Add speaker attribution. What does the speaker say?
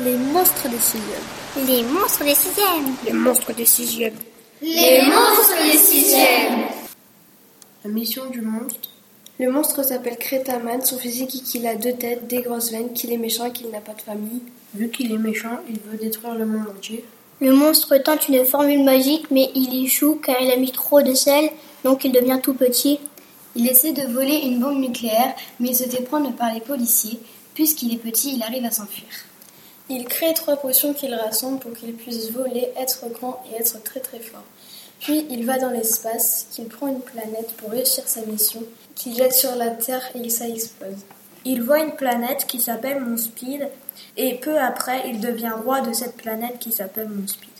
Speaker 1: Les monstres des sixièmes.
Speaker 2: Les monstres des sixièmes.
Speaker 1: Les monstres des sixièmes.
Speaker 3: Les monstres des sixièmes.
Speaker 4: La mission du monstre.
Speaker 5: Le monstre s'appelle Crétaman, son physique est qu'il a deux têtes, des grosses veines, qu'il est méchant et qu'il n'a pas de famille.
Speaker 4: Vu qu'il est méchant, il veut détruire le monde entier.
Speaker 6: Le monstre tente une formule magique, mais il échoue car il a mis trop de sel, donc il devient tout petit.
Speaker 7: Il essaie de voler une bombe nucléaire, mais il se fait prendre par les policiers. Puisqu'il est petit, il arrive à s'enfuir.
Speaker 8: Il crée trois potions qu'il rassemble pour qu'il puisse voler, être grand et être très très fort. Puis il va dans l'espace, qu'il prend une planète pour réussir sa mission, qu'il jette sur la Terre et ça explose.
Speaker 9: Il voit une planète qui s'appelle Monspeed et peu après il devient roi de cette planète qui s'appelle Monspeed.